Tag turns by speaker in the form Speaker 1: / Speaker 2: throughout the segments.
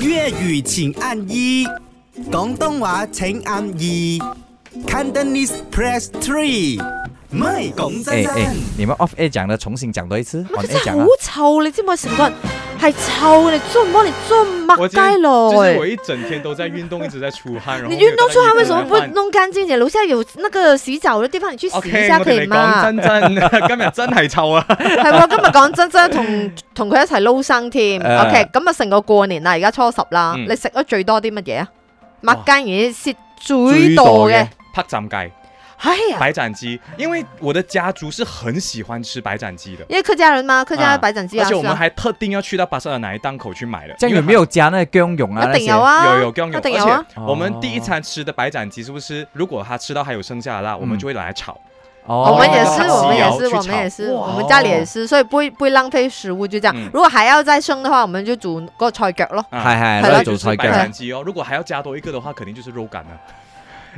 Speaker 1: 粤语请按一，广东话请按二，Cantonese press three。唔係講真
Speaker 2: 哎哎
Speaker 1: 真，，
Speaker 2: 你们 off air 讲的，重新讲多一次
Speaker 3: 乜
Speaker 2: ，on
Speaker 3: 真
Speaker 2: air
Speaker 3: 係
Speaker 2: 讲啊
Speaker 3: 好。臭，你知唔知？成個人係臭，你做唔好，你做唔 抹
Speaker 4: 我
Speaker 3: 街
Speaker 4: 今天就是我
Speaker 3: 來。
Speaker 4: 一整天都在运动，一直在出汗，然后
Speaker 3: 哎你运动出汗为什么不
Speaker 4: 弄？
Speaker 3: 弄干净一点？楼下有那个洗澡的地方，你去洗
Speaker 4: O
Speaker 3: 一
Speaker 4: K，
Speaker 3: 下
Speaker 4: 我
Speaker 3: 可以
Speaker 4: 哋嚟
Speaker 3: 嗎？
Speaker 4: 講真真， 今日真係 臭啊！
Speaker 3: 係 喎，今日講真真同同佢一齊撈生添。
Speaker 2: 誒
Speaker 3: OK，咁啊成個過年啦，而家初十啦，
Speaker 4: 嗯
Speaker 3: 你食咗最多啲乜嘢啊？麥間嘢食最
Speaker 4: 最
Speaker 3: 多
Speaker 4: 多
Speaker 3: 嘅，
Speaker 4: 拍斬雞、
Speaker 3: 哎呀，
Speaker 4: 白斬雞，因為我的家族是很喜歡吃白斬雞的，
Speaker 3: 因為客家人嘛，客家
Speaker 4: 啊
Speaker 3: 白斬雞
Speaker 4: 而
Speaker 3: 啊，
Speaker 4: 且我
Speaker 3: 是
Speaker 4: 們
Speaker 3: 啊
Speaker 4: 還特定要去到巴塞的哪一檔口去買的。
Speaker 2: 这样有
Speaker 4: 因為
Speaker 2: 没有加那个姜蓉啊？
Speaker 3: 一定有
Speaker 4: 它？
Speaker 3: 啊，
Speaker 4: 有有更有，
Speaker 3: 一定有啊
Speaker 4: 而。且我們第一餐吃的白斬雞是不是？如果他吃到還有剩下的辣，我
Speaker 3: 嗯
Speaker 4: 們就会拿来炒。
Speaker 2: 那些？哦，
Speaker 3: 我们也是，
Speaker 4: 哦
Speaker 3: 我们也
Speaker 4: 去
Speaker 3: 是，
Speaker 4: 炒
Speaker 3: 我们也是，
Speaker 2: 哇
Speaker 3: 我们家里也是，所以不会不会浪费食物，就这样
Speaker 4: 嗯。
Speaker 3: 如果还要再生的话，我们就煮嗰个菜腳咯。
Speaker 4: 啊
Speaker 2: 嗨嗨
Speaker 3: 那
Speaker 4: 那
Speaker 2: 就
Speaker 4: 就是
Speaker 2: 菜
Speaker 4: 是
Speaker 2: 梗
Speaker 4: 白斩鸡哦。如果还要加多一个的话，肯定就是肉干了。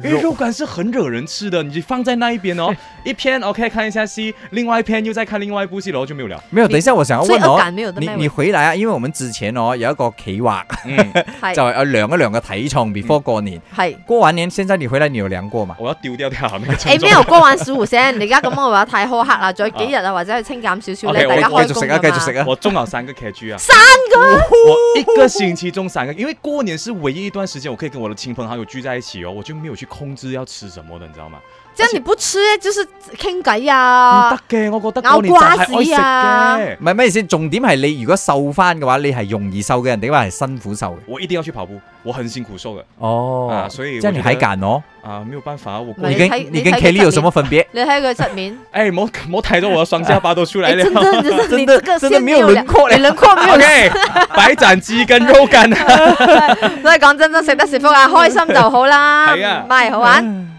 Speaker 4: 因为肉干是很惹人吃的，你放在那一边哦，一篇 OK 看一下戏，另外一篇又再看另外一部戏，然后就 没有了。
Speaker 2: 没有。等一下，我想要
Speaker 3: 所以
Speaker 2: 问
Speaker 3: 我
Speaker 2: 哦
Speaker 3: 揀，呢度都
Speaker 2: 你
Speaker 3: 咩
Speaker 2: 你
Speaker 3: 位？
Speaker 2: 回来啊，因為我們之前哦有一個企劃，
Speaker 4: 嗯，
Speaker 3: 係
Speaker 2: 就係要量一量個體重，before
Speaker 3: 嗯
Speaker 2: 過年。
Speaker 3: 係。
Speaker 2: 過完年，現在你回來，你有量過嗎？
Speaker 4: 我要丢掉掉那个
Speaker 3: 诶，
Speaker 4: 称重
Speaker 3: 咩？又過玩小湖先？你而家咁嘅話太苛刻啦，再幾日啊，或者去清減少少咧，
Speaker 4: OK，
Speaker 3: 大家
Speaker 2: 我
Speaker 3: 開
Speaker 2: 繼續
Speaker 3: 工
Speaker 2: 食啊，繼
Speaker 3: 㗎
Speaker 2: 續
Speaker 3: 嘛
Speaker 2: 食。啊。
Speaker 4: 我中了三个 KG 啊！
Speaker 3: 三
Speaker 4: 个，我一个星期中三个，因为过年是唯一一段时间我可以跟我的亲朋好友聚在一起哦，我就没有去控制要吃什么的，你知道吗？嗯
Speaker 3: 即係你不吃咧，就是傾偈
Speaker 4: 唔
Speaker 3: 啊。
Speaker 4: 得嘅，我覺得
Speaker 3: 咬
Speaker 4: 哦過年就係
Speaker 3: 瓜
Speaker 4: 愛
Speaker 3: 子啊
Speaker 4: 食嘅，
Speaker 2: 唔係咩意思？重點係你如果瘦翻嘅話，你係容易瘦嘅，人哋話係辛苦瘦嘅。
Speaker 4: 我一定要去跑步，我很辛苦瘦的
Speaker 2: 哦
Speaker 4: 啊，所以
Speaker 2: 即係
Speaker 4: 我
Speaker 2: 你
Speaker 4: 覺
Speaker 2: 睇
Speaker 4: 得
Speaker 2: 揀我，
Speaker 4: 啊，沒有辦法，我
Speaker 3: 唔
Speaker 2: 你
Speaker 3: 係你
Speaker 2: 跟
Speaker 3: 睇
Speaker 2: 你
Speaker 3: 你
Speaker 2: 跟
Speaker 3: 睇
Speaker 2: Kelly
Speaker 3: 佢
Speaker 2: 有
Speaker 3: 側
Speaker 2: 什麼分別？
Speaker 3: 你睇佢 側面，
Speaker 4: 哎，莫莫抬到我的双下巴都出来
Speaker 3: 诶，
Speaker 4: 了。
Speaker 3: 哎真真真真，你
Speaker 2: 真的
Speaker 3: 这个
Speaker 2: 真的
Speaker 3: 先
Speaker 2: 沒有輪廓
Speaker 3: 你
Speaker 2: 咧
Speaker 3: 輪廓沒有
Speaker 4: OK，白斩鸡跟肉干啊。
Speaker 3: 所以講真真食得食福啊，開心就好啦，
Speaker 4: 係啊
Speaker 3: 唔係好玩。